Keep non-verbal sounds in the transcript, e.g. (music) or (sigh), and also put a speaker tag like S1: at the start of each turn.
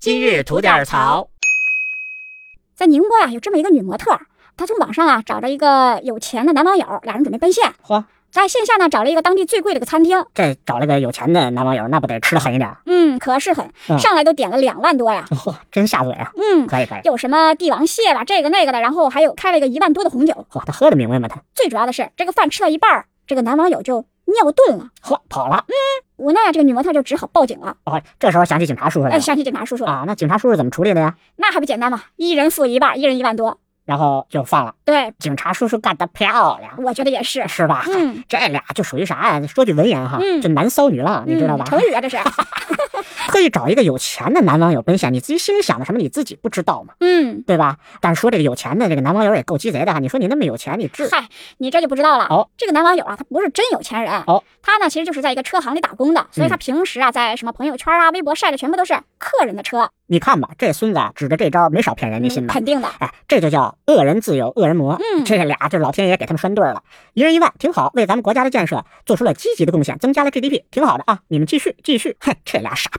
S1: 今日吐点槽。
S2: 在宁波啊，有这么一个女模特儿，她从网上啊找了一个有钱的男网友，俩人准备奔现。
S1: 嚯，
S2: 在线下呢找了一个当地最贵的一个餐厅，
S1: 这找了个有钱的男网友，那不得吃的狠一点？ (laughs)
S2: 嗯，可是很，
S1: 嗯
S2: 上来都点了两万多呀，
S1: 嚯、真下嘴啊！
S2: 嗯，
S1: 可以可以。
S2: 有什么帝王蟹吧，这个那个的，然后还有开了一个一万多的红酒。
S1: 嚯，他喝的明白吗？他
S2: 最主要的是，这个饭吃到一半儿，这个男网友就尿遁了，
S1: 嚯跑了。
S2: 无奈啊这个女模特就只好报警了。
S1: 哦，这时候想起警察叔叔来
S2: 哎，
S1: 了
S2: 想起警察叔叔了，
S1: 啊。那警察叔叔怎么处理的呀？
S2: 那还不简单嘛，一人付一半，一人一万多。
S1: 然后就放了。
S2: 对，
S1: 警察叔叔干得漂亮，
S2: 我觉得也
S1: (laughs)
S2: 是，
S1: 是吧？
S2: 嗯
S1: 这俩就属于啥呀？说句文言哈，
S2: 嗯
S1: 就男骚女浪，你知道
S2: 嗯，
S1: 吧？
S2: 成语啊，这
S1: (laughs)
S2: 是，
S1: 特意找一个有钱的男网友奔现，你自己心里想的什么你自己不知道嘛，
S2: 嗯，
S1: 对吧？但说这个有钱的这个男网友也够鸡贼的哈，你说你那么有钱，你至
S2: 嗨，你这就不知道了。
S1: 哦，
S2: 这个男网友啊，他不是真有钱人，
S1: 哦，
S2: 他呢其实就是在一个车行里打工的，所以他平时啊在什么朋友圈啊、微博晒的全部都是客人的车，
S1: 你看吧，这孙子啊指着这招没少骗人的心
S2: 嗯，
S1: 吧？
S2: 肯定的，
S1: 哎，这就叫恶人自有恶人磨。
S2: 嗯
S1: 这俩就是老天爷给他们拴对儿了，一人一万，挺好，为咱们国家的建设做出了积极的贡献，增加了 GDP，挺好的啊！你们继续继续，哼，这俩傻